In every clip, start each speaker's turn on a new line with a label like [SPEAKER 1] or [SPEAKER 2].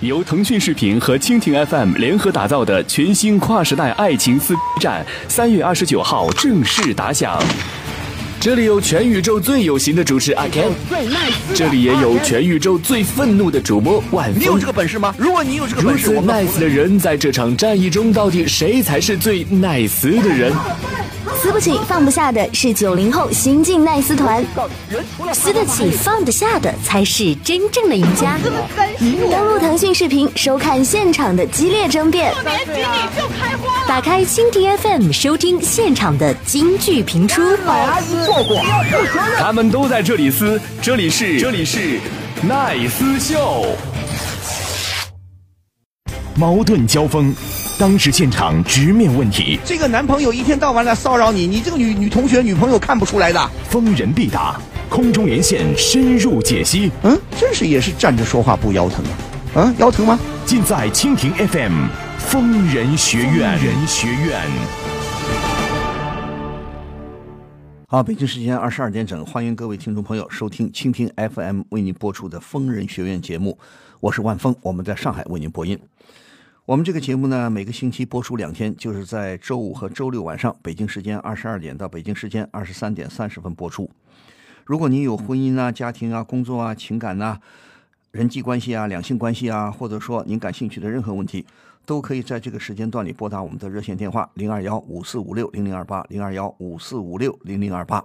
[SPEAKER 1] 由腾讯视频和蜻蜓 FM 联合打造的全新跨时代爱情撕逼战，三月二十九号正式打响。这里有全宇宙最有型的主持阿 Ken，这里也有全宇宙最愤怒的主播万
[SPEAKER 2] 你有
[SPEAKER 1] 峰
[SPEAKER 2] 这。个本事吗？如果你有这个
[SPEAKER 1] 如
[SPEAKER 2] 本事，
[SPEAKER 1] 此
[SPEAKER 2] 我们
[SPEAKER 1] nice 的人，在这场战役中，到底谁才是最 nice 的人？
[SPEAKER 3] 撕不起放不下的是九零后新晋奈斯团，撕得起放得下的才是真正的赢家。登录腾讯视频收看现场的激烈争辩，打开蜻蜓 FM 收听现场的京剧评出。
[SPEAKER 1] 他们都在这里撕，这里是这里是奈斯秀。
[SPEAKER 4] 矛盾交锋，当时现场直面问题，
[SPEAKER 2] 这个男朋友一天到晚来骚扰你，你这个女女同学、女朋友看不出来的。
[SPEAKER 4] 逢人必答，空中连线深入解析，
[SPEAKER 2] 嗯，真是也是站着说话不腰疼啊。啊，腰疼吗？
[SPEAKER 4] 尽在蜻蜓 FM 疯人学院。人学院，
[SPEAKER 2] 好，北京时间二十二点整，欢迎各位听众朋友收听蜻蜓 FM 为您播出的《疯人学院》节目，我是万峰，我们在上海为您播音。我们这个节目呢，每个星期播出两天，就是在周五和周六晚上，北京时间二十二点到北京时间二十三点三十分播出。如果您有婚姻啊、家庭啊、工作啊、情感呐、人际关系啊、两性关系啊，或者说您感兴趣的任何问题，都可以在这个时间段里拨打我们的热线电话零二幺五四五六零零二八零二幺五四五六零零二八。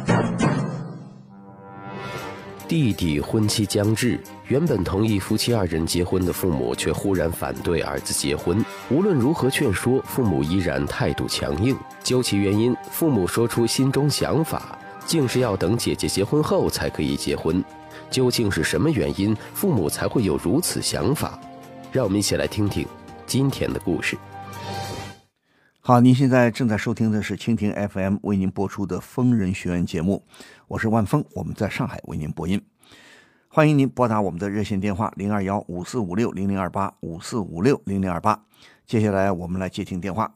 [SPEAKER 5] 弟弟婚期将至，原本同意夫妻二人结婚的父母却忽然反对儿子结婚。无论如何劝说，父母依然态度强硬。究其原因，父母说出心中想法，竟是要等姐姐结婚后才可以结婚。究竟是什么原因，父母才会有如此想法？让我们一起来听听今天的故事。”。
[SPEAKER 2] 好，您现在正在收听的是蜻蜓 FM 为您播出的《疯人学院》节目，我是万峰，我们在上海为您播音。欢迎您拨打我们的热线电话零二幺五四五六零零二八五四五六零零二八。接下来我们来接听电话。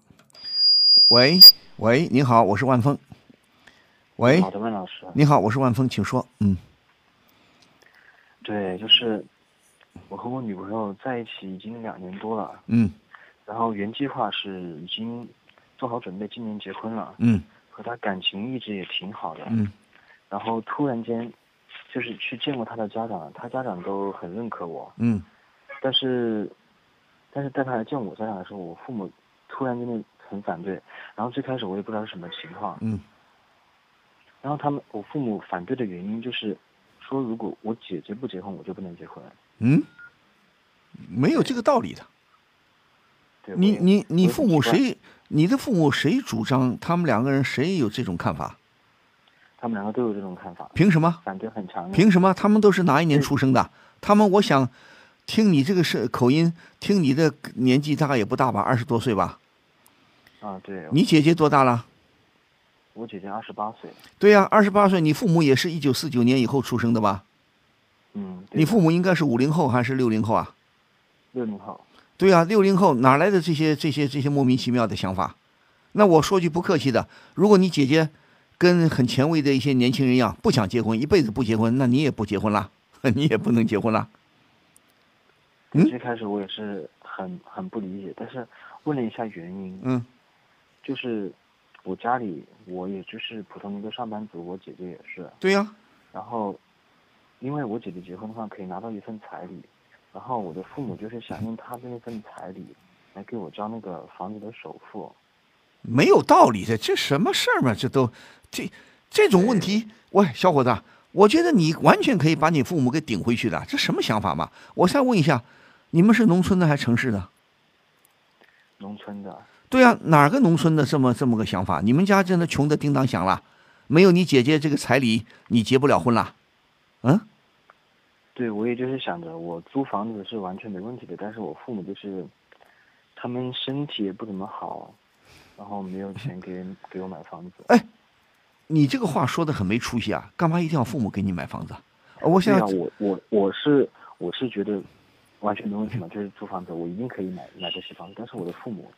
[SPEAKER 2] 喂喂，你好，我是万峰。喂
[SPEAKER 6] 好，的，万老师，
[SPEAKER 2] 你好，我是万峰，请说。嗯
[SPEAKER 6] 对，就是我和我女朋友在一起已经两年多了，
[SPEAKER 2] 嗯
[SPEAKER 6] 然后原计划是已经做好准备今年结婚了，
[SPEAKER 2] 嗯
[SPEAKER 6] 和她感情一直也挺好的，
[SPEAKER 2] 嗯
[SPEAKER 6] 然后突然间就是去见过她的家长，她家长都很认可我，
[SPEAKER 2] 嗯
[SPEAKER 6] 但是但是带她来见我家长的时候，我父母突然间就很反对，然后最开始我也不知道是什么情况，
[SPEAKER 2] 嗯
[SPEAKER 6] 然后他们我父母反对的原因就是说如果我姐姐不结婚，我就不能结婚，
[SPEAKER 2] 嗯，没有这个道理的。
[SPEAKER 6] 对，
[SPEAKER 2] 你
[SPEAKER 6] 我也
[SPEAKER 2] 你
[SPEAKER 6] 我也
[SPEAKER 2] 你
[SPEAKER 6] 很
[SPEAKER 2] 父母
[SPEAKER 6] 奇怪
[SPEAKER 2] 谁？你的父母谁主张？他们两个人谁有这种看法？
[SPEAKER 6] 他们两个都有这种看法，
[SPEAKER 2] 凭什么？
[SPEAKER 6] 反对很强烈。
[SPEAKER 2] 凭什么？他们都是哪一年出生的？他们，我想听你这个是口音，听你的年纪大概也不大吧，二十多岁吧。
[SPEAKER 6] 啊，对，
[SPEAKER 2] 你姐姐多大了？
[SPEAKER 6] 我姐姐二十八岁，
[SPEAKER 2] 对呀、二十八岁。你父母也是一九四九年以后出生的吧？
[SPEAKER 6] 嗯，对
[SPEAKER 2] 你
[SPEAKER 6] 的
[SPEAKER 2] 父母应该是五零后还是六零后啊？
[SPEAKER 6] 六零后，
[SPEAKER 2] 对呀、啊，六零后哪来的这些这些这些莫名其妙的想法？那我说句不客气的，如果你姐姐跟很前卫的一些年轻人一样，不想结婚，一辈子不结婚，那你也不结婚啦， 你也不能结婚啦。嗯
[SPEAKER 6] 最开始我也是很很不理解，但是问了一下原因，
[SPEAKER 2] 嗯
[SPEAKER 6] 就是我家里我也就是普通的一个上班族，我姐姐也是，
[SPEAKER 2] 对呀、
[SPEAKER 6] 然后因为我姐姐结婚的话可以拿到一份彩礼，然后我的父母就是想用她的那份彩礼来给我交那个房子的首付，
[SPEAKER 2] 没有道理的，这什么事儿嘛？这都，这这种问题，喂，小伙子，啊我觉得你完全可以把你父母给顶回去的，这什么想法嘛？我再问一下，你们是农村的还是城市的？
[SPEAKER 6] 农村的，
[SPEAKER 2] 对啊，哪个农村的这么这么个想法？你们家真的穷的叮当响了，没有你姐姐这个彩礼，你结不了婚了，嗯？
[SPEAKER 6] 对，我也就是想着我租房子是完全没问题的，但是我父母就是，他们身体也不怎么好，然后没有钱给 给我买房子。
[SPEAKER 2] 你这个话说的很没出息啊！干嘛一定要父母给你买房子啊？呃我
[SPEAKER 6] 对
[SPEAKER 2] 想
[SPEAKER 6] 啊
[SPEAKER 2] 要，
[SPEAKER 6] 我我我是我是觉得完全没问题嘛，就是租房子我一定可以买买得起房子，但是我的父 母，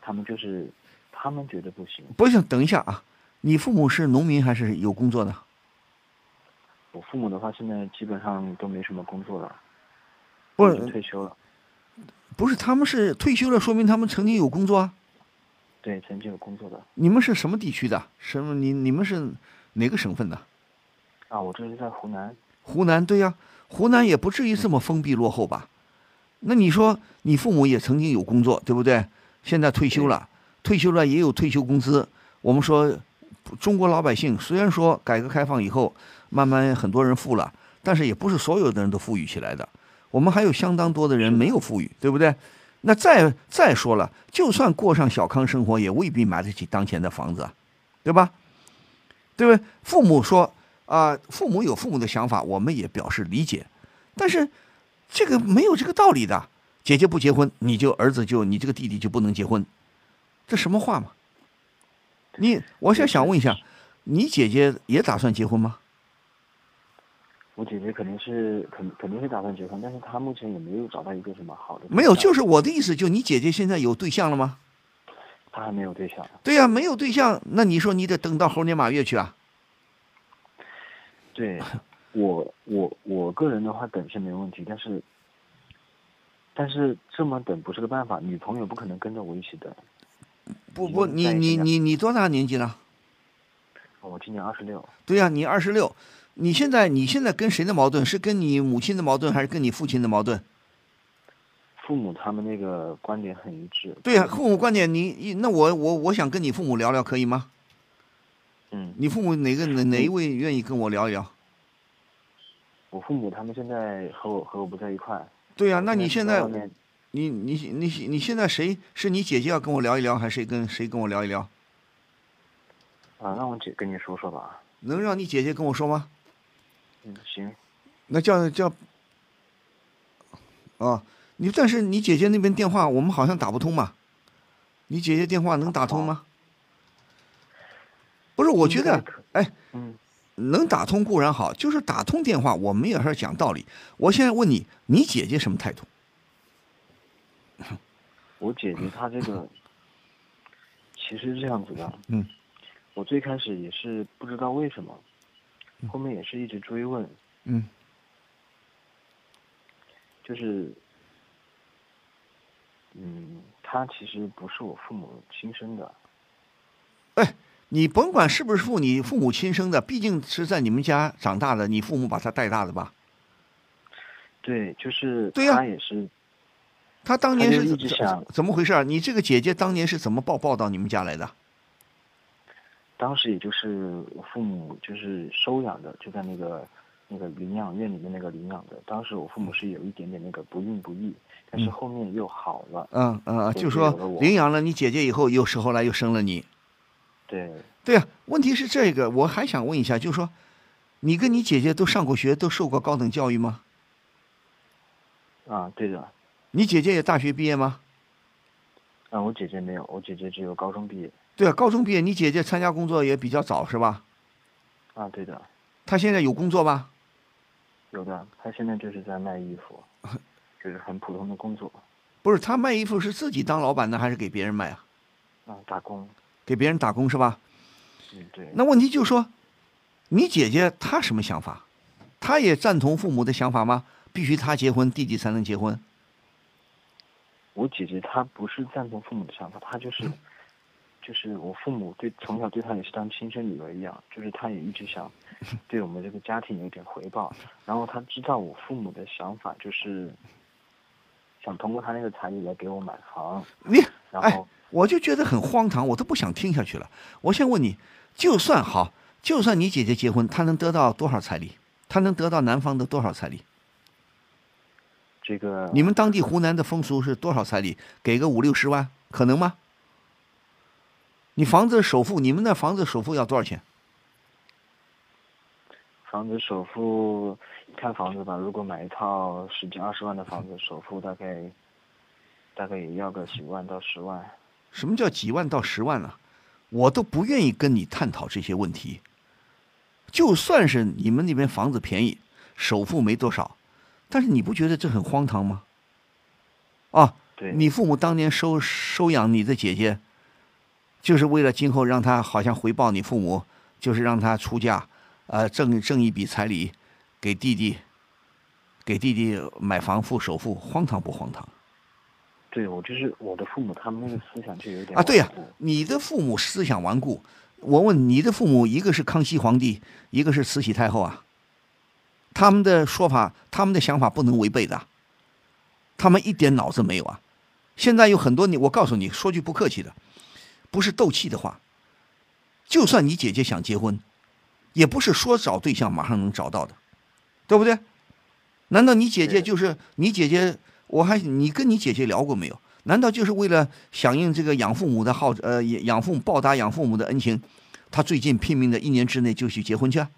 [SPEAKER 6] 他们就是他们觉得不行，
[SPEAKER 2] 不是等一下啊！你父母是农民还是有工作的？
[SPEAKER 6] 我父母的话现在基本上都没什么工作了，
[SPEAKER 2] 不
[SPEAKER 6] 已经
[SPEAKER 2] 是
[SPEAKER 6] 退休了，
[SPEAKER 2] 不是，他们是退休了，说明他们曾经有工作啊。
[SPEAKER 6] 对，曾经有工作的
[SPEAKER 2] 你们是什么地区的？什么？你你们是哪个省份的？
[SPEAKER 6] 啊，我这是在湖南，
[SPEAKER 2] 湖南，对呀、湖南也不至于这么封闭落后吧？那你说你父母也曾经有工作，对不对？现在退休了，退休了也有退休工资。我们说，中国老百姓虽然说改革开放以后，慢慢很多人富了，但是也不是所有的人都富裕起来的。我们还有相当多的人没有富裕，对不对？那再再说了，就算过上小康生活，也未必买得起当前的房子啊，对吧？对不对？父母说啊、父母有父母的想法，我们也表示理解，但是这个没有这个道理的。姐姐不结婚，你就儿子就你这个弟弟就不能结婚，这什么话嘛？你，我想想问一下，你姐姐也打算结婚吗？
[SPEAKER 6] 我姐姐肯定是肯肯定是打算结婚，但是她目前也没有找到一个什么好的对象，
[SPEAKER 2] 没有，就是我的意思，就你姐姐现在有对象了吗？
[SPEAKER 6] 她还没有对象，啊
[SPEAKER 2] 对呀、没有对象，那你说你得等到猴年马月去啊？
[SPEAKER 6] 对我我我个人的话等是没问题，但是但是这么等不是个办法，女朋友不可能跟着我一起等。
[SPEAKER 2] 不不，
[SPEAKER 6] 嗯
[SPEAKER 2] 你
[SPEAKER 6] 在
[SPEAKER 2] 你
[SPEAKER 6] 这个
[SPEAKER 2] 你你多大年纪了？
[SPEAKER 6] 我哦今年二十六，
[SPEAKER 2] 对呀、你二十六，你现在你现在跟谁的矛盾？是跟你母亲的矛盾，还是跟你父亲的矛盾？
[SPEAKER 6] 父母他们那个观点很一致。嗯
[SPEAKER 2] 对呀、父母观点，你你那我我我想跟你父母聊聊，可以吗？
[SPEAKER 6] 嗯，
[SPEAKER 2] 你父母哪个哪哪一位愿意跟我聊一聊？
[SPEAKER 6] 我父母他们现在和我和我不在一块。
[SPEAKER 2] 对呀、那你现在
[SPEAKER 6] 外面
[SPEAKER 2] 你你你你现在谁是你姐姐要跟我聊一聊，还是谁跟谁跟我聊一聊？
[SPEAKER 6] 啊，让我姐跟你说说吧。
[SPEAKER 2] 能让你姐姐跟我说吗？
[SPEAKER 6] 嗯，行，
[SPEAKER 2] 那叫叫啊，你但是你姐姐那边电话我们好像打不通嘛，你姐姐电话能打通吗？不是，我觉得
[SPEAKER 6] 哦应该可，
[SPEAKER 2] 哎，
[SPEAKER 6] 嗯，
[SPEAKER 2] 能打通固然好，就是打通电话，我们也是讲道理。我现在问你，你姐姐什么态度？
[SPEAKER 6] 我姐
[SPEAKER 2] 嗯
[SPEAKER 6] 姐她这 个其实是这样子的。
[SPEAKER 2] 嗯，
[SPEAKER 6] 我最开始也是不知道为什么，后面也是一直追问，
[SPEAKER 2] 嗯，
[SPEAKER 6] 就是，嗯，他其实不是我父母亲生的，
[SPEAKER 2] 你甭管是不是父你父母亲生的，毕竟是在你们家长大的，你父母把她带大的吧？
[SPEAKER 6] 对，就是
[SPEAKER 2] 对呀
[SPEAKER 6] 他也是，
[SPEAKER 2] 她当年
[SPEAKER 6] 她就是一
[SPEAKER 2] 怎
[SPEAKER 6] 直
[SPEAKER 2] 怎
[SPEAKER 6] 想
[SPEAKER 2] 怎么回事啊？你这个姐姐当年是怎么抱抱到你们家来的？
[SPEAKER 6] 当时也就是我父母就是收养的，就在那个那个领养院里面那个领养的。当时我父
[SPEAKER 2] 嗯
[SPEAKER 6] 母是有一点点那个不孕不育，但是后面又好了，
[SPEAKER 2] 嗯嗯，
[SPEAKER 6] 对
[SPEAKER 2] 就
[SPEAKER 6] 就
[SPEAKER 2] 说
[SPEAKER 6] 有了我
[SPEAKER 2] 领养了你姐姐以后，又是后来又生了你。
[SPEAKER 6] 对，
[SPEAKER 2] 对啊，问题是这个，我还想问一下，就是说，你跟你姐姐都上过学，都受过高等教育吗？
[SPEAKER 6] 啊，对的，
[SPEAKER 2] 你姐姐也大学毕业吗？
[SPEAKER 6] 啊，我姐姐没有，我姐姐只有高中毕业，
[SPEAKER 2] 对啊，高中毕业，你姐姐参加工作也比较早是吧？
[SPEAKER 6] 啊，对的，
[SPEAKER 2] 她现在有工作吧？
[SPEAKER 6] 有的，她现在就是在卖衣 服，就是很普通的工作，
[SPEAKER 2] 不是，她卖衣服是自己当老板呢，还是给别人卖啊？
[SPEAKER 6] 啊，打工，
[SPEAKER 2] 给别人打工是吧？
[SPEAKER 6] 嗯，对，
[SPEAKER 2] 那问题就是说，你姐姐她什么想法？她也赞同父母的想法吗？必须她结婚，弟弟才能结婚？
[SPEAKER 6] 我姐姐她不是赞同父母的想法，她就是， 就是我父母对从小对她也是当亲生女儿一样，就是她也一 直想对我们这个家庭有点回报。然后她知道我父母的想法，就是想通过她那个彩礼来给我买房，
[SPEAKER 2] 你
[SPEAKER 6] 然
[SPEAKER 2] 哎
[SPEAKER 6] 后，
[SPEAKER 2] 我就觉得很荒唐，我都不想听下去了。我想问你，就算好，就算你姐姐结婚，她能得到多少彩礼？她能得到男方的多少彩礼？
[SPEAKER 6] 这个
[SPEAKER 2] 你们当地湖南的风俗是多少彩礼？给个五六十万，可能吗？你房子首付，你们那房子首付要多少钱？
[SPEAKER 6] 房子首付看房子吧，如果买一套十几二十万的房子，首付大概大概也要个几万到十万。
[SPEAKER 2] 什么叫几万到十万啊？我都不愿意跟你探讨这些问题。就算是你们那边房子便宜，首付没多少，但是你不觉得这很荒唐吗？啊，
[SPEAKER 6] 对
[SPEAKER 2] 你父母当年收收养你的姐姐，就是为了今后让她好像回报你父母，就是让她出嫁，呃，挣挣一笔彩礼，给弟弟，给弟弟买房付首付，荒唐不荒唐？
[SPEAKER 6] 对我就是我的父母，他们那个思想就有点
[SPEAKER 2] 啊，对呀、
[SPEAKER 6] 顽固
[SPEAKER 2] 你的父母思想顽固。我问你的父母，一个是康熙皇帝，一个是慈禧太后啊，他们的说法，他们的想法不能违背的，他们一点脑子没有啊。现在有很多你，我告诉你，说句不客气的，不是斗气的话，就算你姐姐想结婚，也不是说找对象马上能找到的，对不对？难道你姐姐
[SPEAKER 6] 是
[SPEAKER 2] 就是你姐姐？我还你跟你姐姐聊过没有？难道就是为了响应这个养父母的好呃养养父母报答养父母的恩情，她最近拼命的一年之内就去结婚去、啊？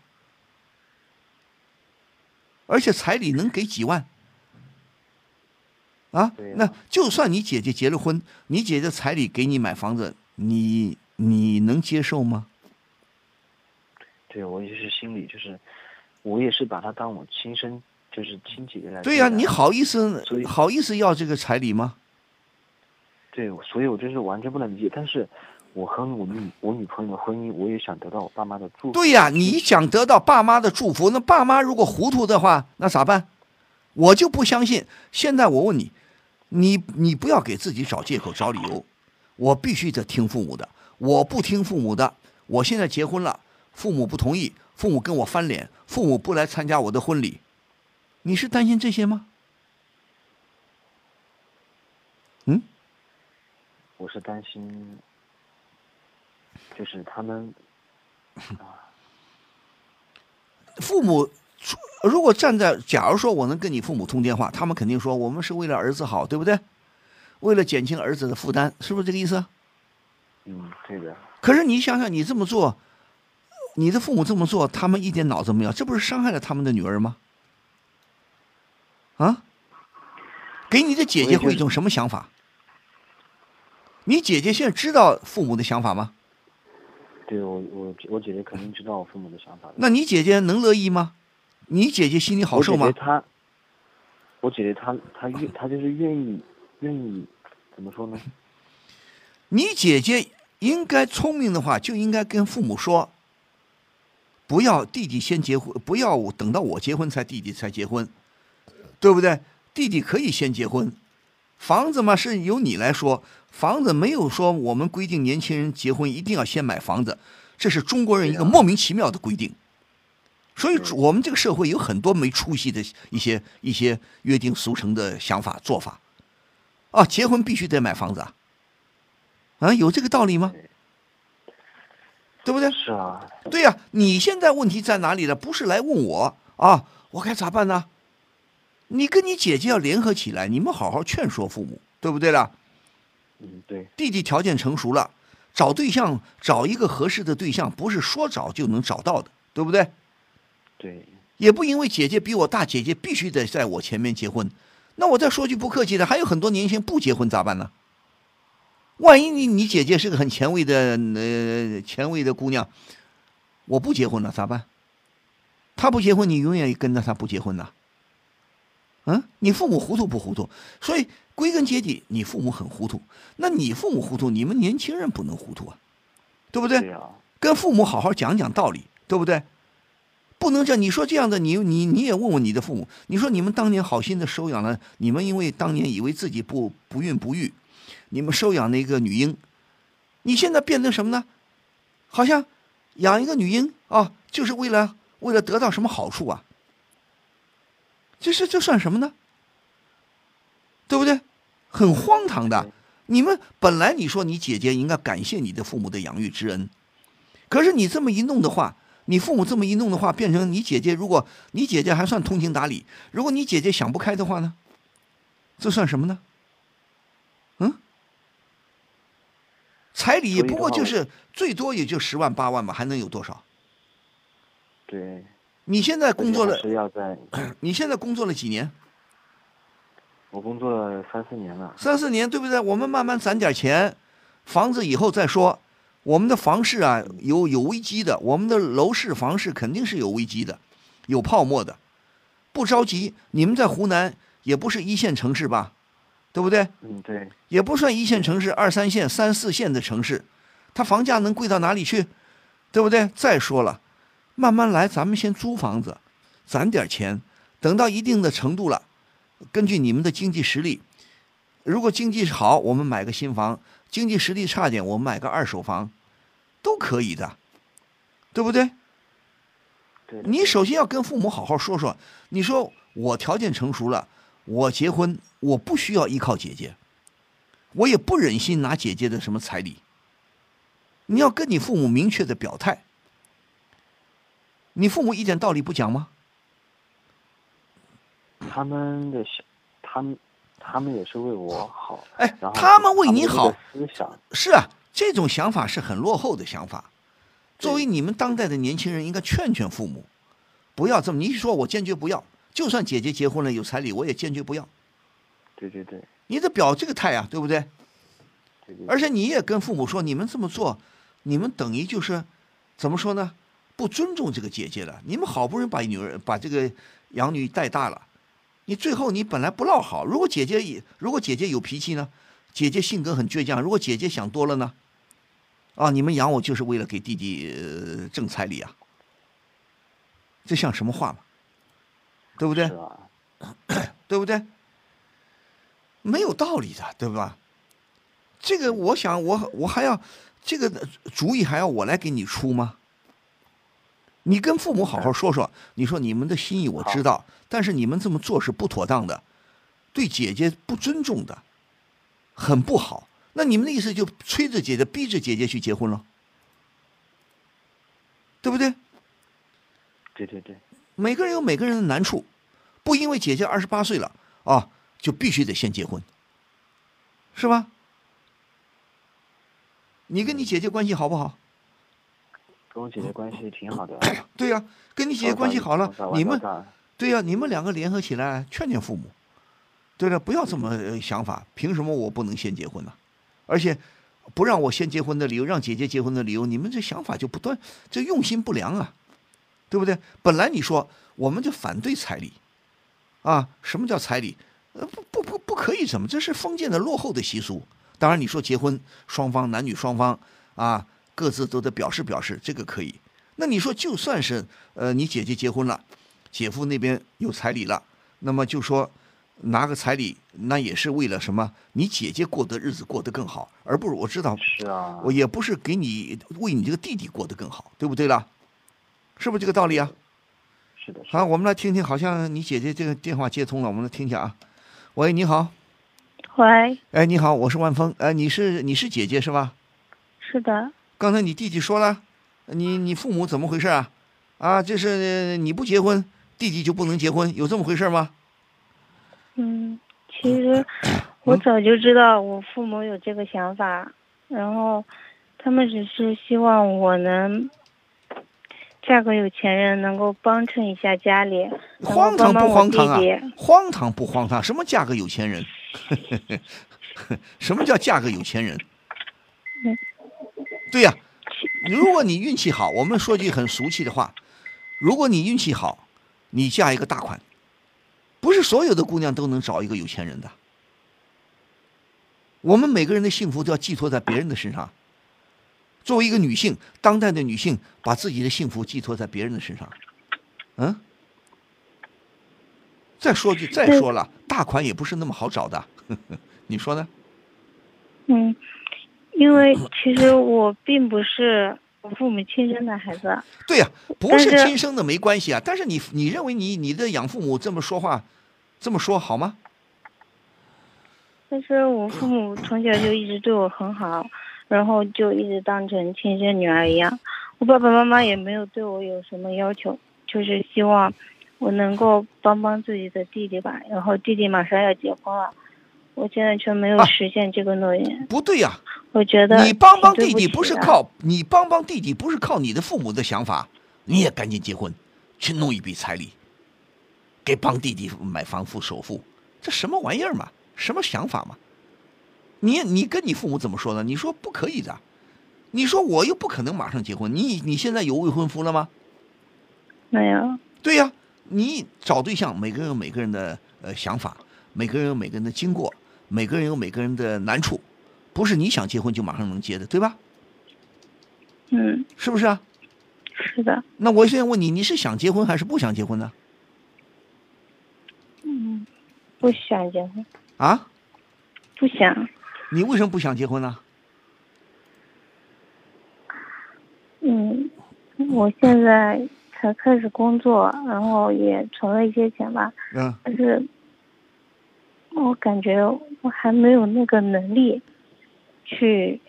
[SPEAKER 2] 而且彩礼能给几万？啊
[SPEAKER 6] 对呀，
[SPEAKER 2] 那就算你姐姐结了婚，你姐姐彩礼给你买房子，你你能接受吗？
[SPEAKER 6] 对我也是心里就是，我也是把她当我亲生就是亲姐姐来
[SPEAKER 2] 对呀、
[SPEAKER 6] 待
[SPEAKER 2] 你好意思
[SPEAKER 6] 所以
[SPEAKER 2] 好意思要这个彩礼吗？
[SPEAKER 6] 对，所以我就是完全不能理解。但是，我和我女我女朋友的婚姻，我也想得到我爸妈的祝福。
[SPEAKER 2] 对呀、你想得到爸妈的祝福，那爸妈如果糊涂的话，那咋办？我就不相信。现在我问你，你你不要给自己找借口、找理由，我必须得听父母的。我不听父母的，我现在结婚了，父母不同意，父母跟我翻脸，父母不来参加我的婚礼，你是担心这些吗？
[SPEAKER 6] 我是担心，就是他们
[SPEAKER 2] 父母出如果站在，假如说我能跟你父母通电话，他们肯定说我们是为了儿子好，对不对？为了减轻儿子的负担，是不是这个意思？
[SPEAKER 6] 嗯，对的，
[SPEAKER 2] 可是你想想，你这么做，你的父母这么做，他们一点脑子没有，这不是伤害了他们的女儿吗？啊？给你的姐姐会一种什么想法？你姐姐现在知道父母的想法吗？
[SPEAKER 6] 对我我我姐姐肯定知道我父母的想法的。
[SPEAKER 2] 那你姐姐能乐意吗？你姐姐心里好受
[SPEAKER 6] 我
[SPEAKER 2] 吗
[SPEAKER 6] 姐姐？她，我姐姐她她愿她就是愿意愿意怎么说呢？
[SPEAKER 2] 你姐姐应该聪明的话，就应该跟父母说，不要弟弟先结婚，不要等到我结婚才弟弟才结婚，对不对？弟弟可以先结婚，房子嘛是由你来说，房子没有说我们规定年轻人结婚一定要先买房子，这是中国人一个莫名其妙的规定。所以，我们这个社会有很多没出息的一些一些约定俗成的想法做法，啊，结婚必须得买房子啊，啊，有这个道理吗？对不对？
[SPEAKER 6] 是啊，
[SPEAKER 2] 对呀、你现在问题在哪里了？不是来问我啊，我该咋办呢？你跟你姐姐要联合起来，你们好好劝说父母，对不对啦？
[SPEAKER 6] 嗯，对
[SPEAKER 2] 弟弟条件成熟了，找对象找一个合适的对象，不是说找就能找到的，对不对？
[SPEAKER 6] 对
[SPEAKER 2] 也不因为姐姐比我大，姐姐必须得在我前面结婚。那我再说句不客气的，还有很多年轻人不结婚咋办呢？万一你你姐姐是个很前卫的呃前卫的姑娘，我不结婚了咋办？她不结婚，你永远也跟着她不结婚呐。嗯，你父母糊涂不糊涂？所以归根结底，你父母很糊涂。那你父母糊涂，你们年轻人不能糊涂啊，对不对？
[SPEAKER 6] 对啊，
[SPEAKER 2] 跟父母好好讲讲道理，对不对？不能这样，你说这样的，你你你也问问你的父母，你说你们当年好心的收养了，你们因为当年以为自己不不孕不育，你们收养了一个女婴，你现在变成什么呢？好像养一个女婴啊，就是为了为了得到什么好处啊？这是这算什么呢？对不对？很荒唐的。你们本来你说你姐姐应该感谢你的父母的养育之恩，可是你这么一弄的话，你父母这么一弄的话，变成你姐姐，如果你姐姐还算通情达理，如果你姐姐想不开的话呢，这算什么呢？嗯，彩礼也
[SPEAKER 6] 所以的
[SPEAKER 2] 不过
[SPEAKER 6] 话
[SPEAKER 2] 就
[SPEAKER 6] 我
[SPEAKER 2] 是最多也就十万八万吧，还能有多少？
[SPEAKER 6] 对
[SPEAKER 2] 你现在工作了
[SPEAKER 6] 还，是要在，
[SPEAKER 2] 你现在工作了几年？
[SPEAKER 6] 我工作了三四年了，
[SPEAKER 2] 三四年，对不对？我们慢慢攒点钱，房子以后再说。我们的房市啊，有有危机的，我们的楼市、房市肯定是有危机的，有泡沫的。不着急，你们在湖南也不是一线城市吧，对不对？
[SPEAKER 6] 嗯，对，
[SPEAKER 2] 也不算一线城市，二三线、三四线的城市，它房价能贵到哪里去？对不对？再说了，慢慢来，咱们先租房子，攒点钱，等到一定的程度了，根据你们的经济实力，如果经济好，我们买个新房；经济实力差点，我们买个二手房，都可以的，对不对？
[SPEAKER 6] 对的，
[SPEAKER 2] 你首先要跟父母好好说说，你说我条件成熟了，我结婚，我不需要依靠姐姐，我也不忍心拿姐姐的什么彩礼。你要跟你父母明确的表态，你父母一点道理不讲吗？
[SPEAKER 6] 他们的想，他们他们也是为我好，
[SPEAKER 2] 哎
[SPEAKER 6] 然后
[SPEAKER 2] 他们为你
[SPEAKER 6] 他
[SPEAKER 2] 好
[SPEAKER 6] 们的思想，
[SPEAKER 2] 是啊，这种想法是很落后的想法。作为你们当代的年轻人，应该劝劝父母，不要这么。你一说我坚决不要，就算姐姐结婚了有彩礼，我也坚决不要。
[SPEAKER 6] 对对对
[SPEAKER 2] 你得表这个态啊，对不对？
[SPEAKER 6] 对对，
[SPEAKER 2] 而且你也跟父母说，你们这么做，你们等于就是怎么说呢？不尊重这个姐姐了。你们好不容易把女儿把这个养女带大了，你最后你本来不落好。如果姐姐也如果姐姐有脾气呢，姐姐性格很倔强，如果姐姐想多了呢，啊，你们养我就是为了给弟弟、呃、挣彩礼啊，这像什么话嘛？对不对？
[SPEAKER 6] 是啊吧？
[SPEAKER 2] 对不对？没有道理的，对吧？这个我想我，我还要这个主意还要我来给你出吗？你跟父母好好说说，你说你们的心意我知道，但是你们这么做是不妥当的，对姐姐不尊重的，很不好。那你们的意思就催着姐姐，逼着姐姐去结婚了，对不对？
[SPEAKER 6] 对对对，
[SPEAKER 2] 每个人有每个人的难处，不因为姐姐二十八岁了啊，就必须得先结婚，是吧？你跟你姐姐关系好不好？
[SPEAKER 6] 跟我姐姐关系挺好的，
[SPEAKER 2] 对呀、跟嗯你姐姐关系好了
[SPEAKER 6] 从小，玩
[SPEAKER 2] 你
[SPEAKER 6] 到
[SPEAKER 2] 们
[SPEAKER 6] 大
[SPEAKER 2] 对呀、你们两个联合起来劝劝父母，对了，不要这么呃想法，凭什么我不能先结婚呢、而且不让我先结婚的理由，让姐姐结婚的理由，你们这想法就不端，这用心不良啊，对不对？本来你说我们就反对彩礼，啊，什么叫彩礼？呃，不不不不可以怎么？这是封建的落后的习俗。当然，你说结婚双方男女双方啊，各自都得表示表示，这个可以。那你说就算是呃你姐姐结婚了，姐夫那边有彩礼了，那么就说拿个彩礼，那也是为了什么？你姐姐过的日子过得更好，而不是我知道
[SPEAKER 6] 是啊，
[SPEAKER 2] 我也不是给你为你这个弟弟过得更好，对不对啦？是不是这个道理啊？
[SPEAKER 6] 是的，是的
[SPEAKER 2] 好，我们来听听，好像你姐姐这个电话接通了，我们来听一下啊。喂，你好，
[SPEAKER 7] 喂，
[SPEAKER 2] 哎，你好，我是万峰，哎，你是你是姐姐是吧？
[SPEAKER 7] 是的，
[SPEAKER 2] 刚才你弟弟说了，你你父母怎么回事啊？啊，这是呃你不结婚，弟弟就不能结婚，有这么回事吗？
[SPEAKER 7] 嗯，其 实我早就知道我父母有这个想法，然后他们只是希望我能嫁个有钱人，能够帮衬一下家里，然后
[SPEAKER 2] 荒唐
[SPEAKER 7] 帮帮
[SPEAKER 2] 不
[SPEAKER 7] 我
[SPEAKER 2] 荒
[SPEAKER 7] 弟
[SPEAKER 2] 唐啊
[SPEAKER 7] 弟。？
[SPEAKER 2] 荒唐不荒唐？什么嫁个有钱人？ 什么叫嫁个有钱人？对呀、如果你运气好，我们说句很俗气的话，如果你运气好，你嫁一个大款，不是所有的姑娘都能找一个有钱人的。我们每个人的幸福都要寄托在别人的身上。作为一个女性，当代的女性，把自己的幸福寄托在别人的身上，嗯。再说句，再说了，大款也不是那么好找的， 你说呢？
[SPEAKER 7] 嗯，因为其实我并不是我父母亲生的孩子，
[SPEAKER 2] 对呀、不
[SPEAKER 7] 但
[SPEAKER 2] 是
[SPEAKER 7] 是
[SPEAKER 2] 亲生的没关系啊，但是你你认为你你的养父母这么说话，这么说好吗？
[SPEAKER 7] 但是我 父母从小就一直对我很好，然后就一直当成亲生女儿一样。我爸爸妈妈也没有对我有什么要求，就是希望我能够帮帮自己的弟弟吧。然后弟弟马上要结婚了，我现在却没有
[SPEAKER 2] 啊
[SPEAKER 7] 实现这个诺言。
[SPEAKER 2] 不对呀、
[SPEAKER 7] 我觉得
[SPEAKER 2] 你帮帮
[SPEAKER 7] 挺
[SPEAKER 2] 弟
[SPEAKER 7] 对
[SPEAKER 2] 弟
[SPEAKER 7] 起啊
[SPEAKER 2] 不是
[SPEAKER 7] 的
[SPEAKER 2] 靠你帮帮弟弟不是靠你的父母的想法，你也赶紧结婚，去弄一笔彩礼，给帮弟弟买房付首付，这什么玩意儿嘛？什么想法嘛？你你跟你父母怎么说呢？你说不可以的，你说我又不可能马上结婚，你你现在有未婚夫了吗？
[SPEAKER 7] 没有，
[SPEAKER 2] 对呀、你找对象，每个人有每个人的呃想法，每个人有每个人的经过，每个人有每个人的难处，不是你想结婚就马上能结的，对吧？
[SPEAKER 7] 嗯，
[SPEAKER 2] 是不是啊？
[SPEAKER 7] 是的，
[SPEAKER 2] 那我现在问你，你是想结婚还是不想结婚呢？
[SPEAKER 7] 嗯，不想结婚，
[SPEAKER 2] 啊，
[SPEAKER 7] 不想，
[SPEAKER 2] 你为什么不想结婚呢？
[SPEAKER 7] 嗯，我现在才开始工作，然后也存了一些钱吧，
[SPEAKER 2] 嗯，
[SPEAKER 7] 但是我感觉我还没有那个能力去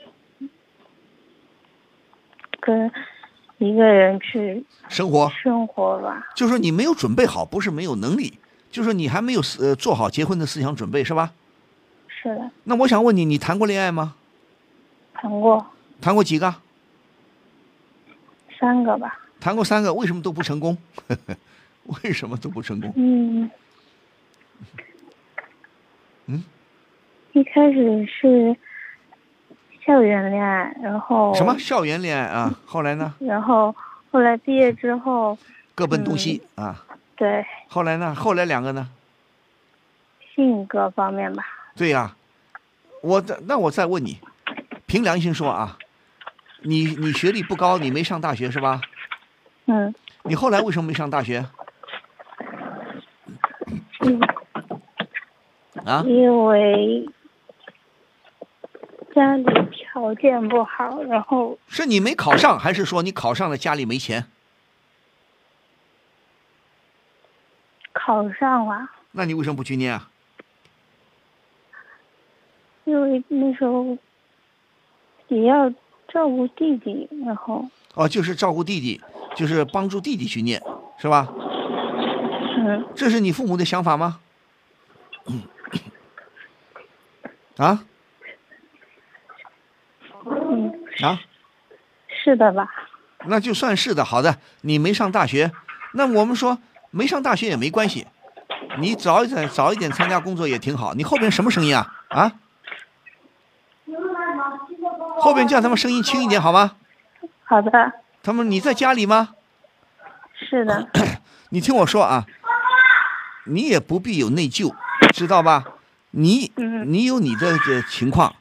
[SPEAKER 7] 跟一个人去
[SPEAKER 2] 生活
[SPEAKER 7] 生活吧。
[SPEAKER 2] 就是说你没有准备好，不是没有能力，就是说你还没有思呃做好结婚的思想准备，是吧？
[SPEAKER 7] 是的，
[SPEAKER 2] 那我想问你，你谈过恋爱吗？
[SPEAKER 7] 谈过
[SPEAKER 2] 谈过几个？
[SPEAKER 7] 三个吧。
[SPEAKER 2] 谈过三个，为什么都不成功？ 为什么都不成功？
[SPEAKER 7] 嗯，
[SPEAKER 2] 嗯，
[SPEAKER 7] 一开始是校园恋爱，然后
[SPEAKER 2] 什么校园恋爱啊？后来呢？
[SPEAKER 7] 然后后来毕业之后，
[SPEAKER 2] 各奔东西、啊？
[SPEAKER 7] 对
[SPEAKER 2] 后来呢？后来两个呢？
[SPEAKER 7] 性格方面吧，
[SPEAKER 2] 对呀、我的那我再问你，凭良心说啊，你你学历不高，你没上大学是吧？
[SPEAKER 7] 嗯，
[SPEAKER 2] 你后来为什么没上大学？啊，
[SPEAKER 7] 因为家里条件不好，然后
[SPEAKER 2] 是你没考上，还是说你考上了家里没钱？
[SPEAKER 7] 考上了，
[SPEAKER 2] 那你为什么不去念啊？
[SPEAKER 7] 因为那时候也要照顾弟弟，然后
[SPEAKER 2] 哦，就是照顾弟弟，就是帮助弟弟去念，是吧？
[SPEAKER 7] 嗯，
[SPEAKER 2] 这是你父母的想法吗？啊
[SPEAKER 7] 嗯，
[SPEAKER 2] 啊，
[SPEAKER 7] 是的吧？
[SPEAKER 2] 那就算是的。好的，你没上大学，那我们说没上大学也没关系，你早一点早一点参加工作也挺好。你后边什么声音啊？啊？后边叫他们声音轻一点好吗？
[SPEAKER 7] 好的，
[SPEAKER 2] 他们你在家里吗？
[SPEAKER 7] 是的，
[SPEAKER 2] 你听我说啊，你也不必有内疚，知道吧？你
[SPEAKER 7] 嗯
[SPEAKER 2] 你有你的这情况，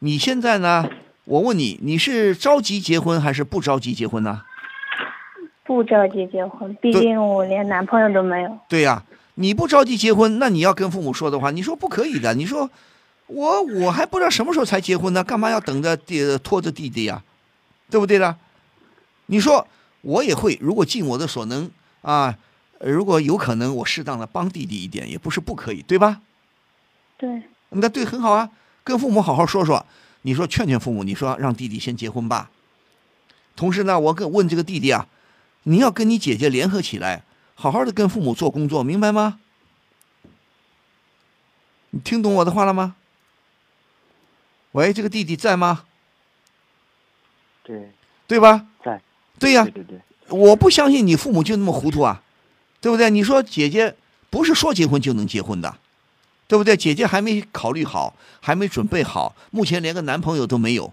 [SPEAKER 2] 你现在呢？我问你，你是着急结婚还是不着急结婚呢？
[SPEAKER 7] 不着急结婚，毕
[SPEAKER 2] 对
[SPEAKER 7] 竟我连男朋友都没有。
[SPEAKER 2] 对呀、你不着急结婚，那你要跟父母说的话，你说不可以的。你说我我还不知道什么时候才结婚呢，干嘛要等着弟拖着弟弟呀、对不对呢？你说我也会，如果尽我的所能啊，如果有可能，我适当的帮弟弟一点，也不是不可以，对吧？
[SPEAKER 7] 对，
[SPEAKER 2] 那对，很好啊，跟父母好好说说，你说劝劝父母，你说让弟弟先结婚吧。同时呢，我跟问这个弟弟啊，你要跟你姐姐联合起来，好好的跟父母做工作，明白吗？你听懂我的话了吗？喂，这个弟弟在吗？
[SPEAKER 6] 对，
[SPEAKER 2] 对吧？
[SPEAKER 6] 在。
[SPEAKER 2] 对呀、
[SPEAKER 6] 对对对，
[SPEAKER 2] 我不相信你父母就那么糊涂啊，对不对？你说姐姐不是说结婚就能结婚的，对不对？姐姐还没考虑好，还没准备好，目前连个男朋友都没有，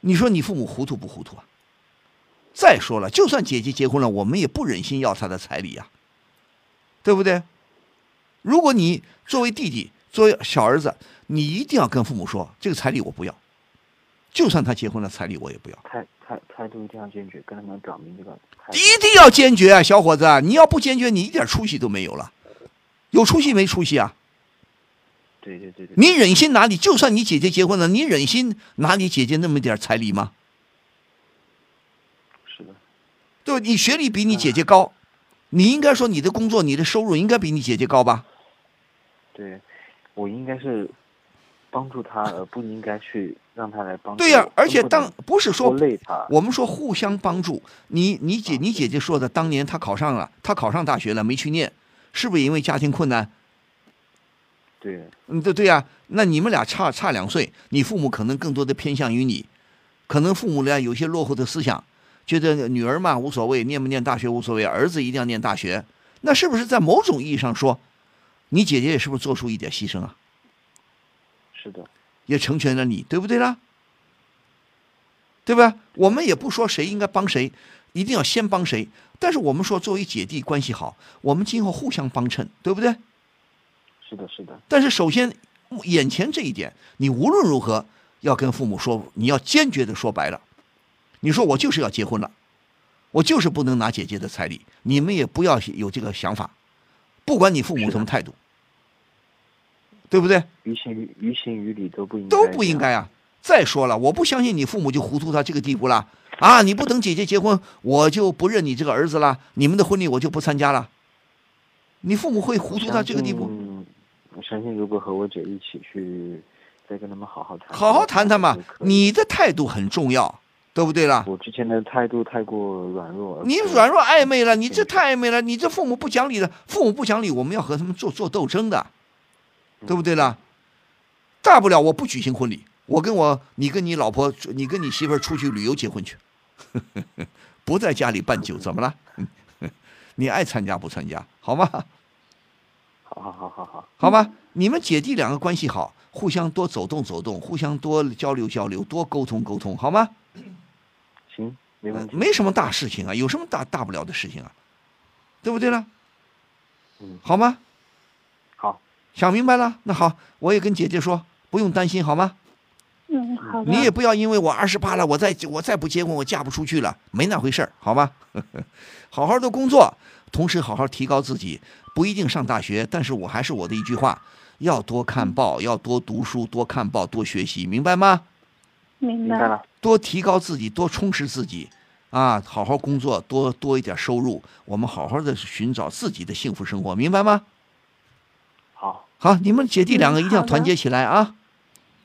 [SPEAKER 2] 你说你父母糊涂不糊涂啊？再说了，就算姐姐结婚了，我们也不忍心要她的彩礼呀、对不对？如果你作为弟弟，作为小儿子，你一定要跟父母说，这个彩礼我不要，就算他结婚了，彩礼我也不要。
[SPEAKER 6] 态态态度一定要坚决，跟他们表明这个态度。
[SPEAKER 2] 一定要坚决啊，小伙子啊！你要不坚决，你一点出息都没有了。有出息没出息啊？
[SPEAKER 6] 对对对对，
[SPEAKER 2] 你忍心拿你，就算你姐姐结婚了，你忍心拿你姐姐那么点彩礼吗？
[SPEAKER 6] 是的，
[SPEAKER 2] 对吧？你学历比你姐姐高，你应该说你的工作、你的收入应该比你姐姐高吧？
[SPEAKER 6] 对，我应该是帮助他，而不应该去让他来帮助我。
[SPEAKER 2] 对呀、而且
[SPEAKER 6] 更不能
[SPEAKER 2] 当不是说
[SPEAKER 6] 拖累他，
[SPEAKER 2] 我们说互相帮助，你你姐你姐姐说的，当年她考上了，她考上大学了，没去念，是不是因为家庭困难？
[SPEAKER 6] 对
[SPEAKER 2] 嗯，对对呀、那你们俩差差两岁，你父母可能更多的偏向于你，可能父母俩有些落后的思想，觉得女儿嘛无所谓，念不念大学无所谓，儿子一定要念大学，那是不是在某种意义上说，你姐姐也是不是做出一点牺牲啊？
[SPEAKER 6] 是的，
[SPEAKER 2] 也成全了你，对不对啦？对吧？我们也不说谁应该帮谁，一定要先帮谁。但是我们说，作为姐弟关系好，我们今后互相帮衬，对不对？
[SPEAKER 6] 是的，是的，
[SPEAKER 2] 但是首先，眼前这一点，你无论如何要跟父母说，你要坚决的说白了，你说我就是要结婚了，我就是不能拿姐姐的彩礼，你们也不要有这个想法，不管你父母什么态度，对不对？
[SPEAKER 6] 于情于于情于理都不应该
[SPEAKER 2] 都不应
[SPEAKER 6] 这样
[SPEAKER 2] 该啊！再说了，我不相信你父母就糊涂到这个地步了啊！你不等姐姐结婚，我就不认你这个儿子了，你们的婚礼我就不参加了。你父母会糊涂到这个地步？
[SPEAKER 6] 嗯，我相信如果和我姐一起去，再跟他们好好谈，
[SPEAKER 2] 好好谈谈嘛
[SPEAKER 6] 就，嗯可以
[SPEAKER 2] 你的态度很重要，对不对啦？
[SPEAKER 6] 我之前的态度太过软弱，
[SPEAKER 2] 你软弱暧昧了，你这太暧昧了，你这父母不讲理了，父母不讲理，我们要和他们做做斗争的，
[SPEAKER 6] 嗯
[SPEAKER 2] 对不对啦？大不了我不举行婚礼，我跟我你跟你老婆，你跟你媳妇儿出去旅游结婚去， 不在家里办酒，怎么了？ 你爱参加不参加，好吗？
[SPEAKER 6] 好好好好好，
[SPEAKER 2] 好吧，你们姐弟两个关系好，互相多走动走动，互相多交流交流，多沟通沟通，好吗？
[SPEAKER 6] 行，没问
[SPEAKER 2] 嗯
[SPEAKER 6] 题，
[SPEAKER 2] 没什么大事情啊，有什么大大不了的事情啊，对不对啦？
[SPEAKER 6] 嗯
[SPEAKER 2] 好吗？
[SPEAKER 6] 好，
[SPEAKER 2] 想明白了，那好，我也跟姐姐说，不用担心，好吗？
[SPEAKER 7] 嗯，好的。
[SPEAKER 2] 你也不要因为我二十八了，我再我再不结婚，我嫁不出去了，没那回事儿，好吗？ 好好的工作，同时好好提高自己，不一定上大学，但是我还是我的一句话，要多看报，要多读书，多看报，多学习，明白吗？
[SPEAKER 7] 明
[SPEAKER 6] 明
[SPEAKER 7] 白
[SPEAKER 6] 白了，
[SPEAKER 2] 多提高自己，多充实自己，啊，好好工作，多多一点收入，我们好好的寻找自己的幸福生活，明白吗？
[SPEAKER 6] 好，
[SPEAKER 2] 好，你们姐弟两个一定要
[SPEAKER 7] 嗯好的
[SPEAKER 2] 团结起来啊！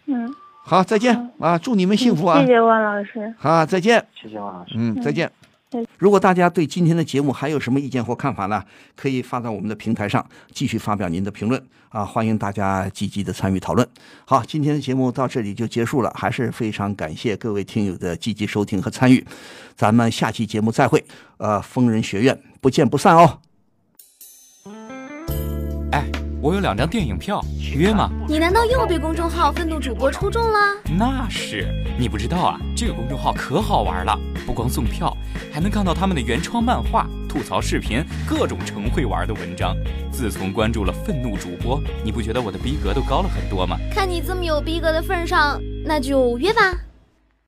[SPEAKER 7] 嗯，
[SPEAKER 2] 好，再见啊，祝你们幸福啊
[SPEAKER 7] 谢！谢万老师。
[SPEAKER 2] 啊，再见。
[SPEAKER 6] 谢谢王老师。
[SPEAKER 2] 嗯，再见
[SPEAKER 7] 再见。
[SPEAKER 2] 如果大家对今天的节目还有什么意见或看法呢，可以发到我们的平台上，继续发表您的评论啊！欢迎大家积极的参与讨论。好，今天的节目到这里就结束了，还是非常感谢各位听友的积极收听和参与，咱们下期节目再会。呃，疯人学院不见不散哦。
[SPEAKER 8] 我有两张电影票，约吗？
[SPEAKER 3] 你难道又被公众号“愤怒主播”抽中了？
[SPEAKER 8] 那是，你不知道啊，这个公众号可好玩了，不光送票，还能看到他们的原创漫画、吐槽视频、各种成会玩的文章。自从关注了愤怒主播，你不觉得我的逼格都高了很多吗？
[SPEAKER 3] 看你这么有逼格的份上，那就约吧。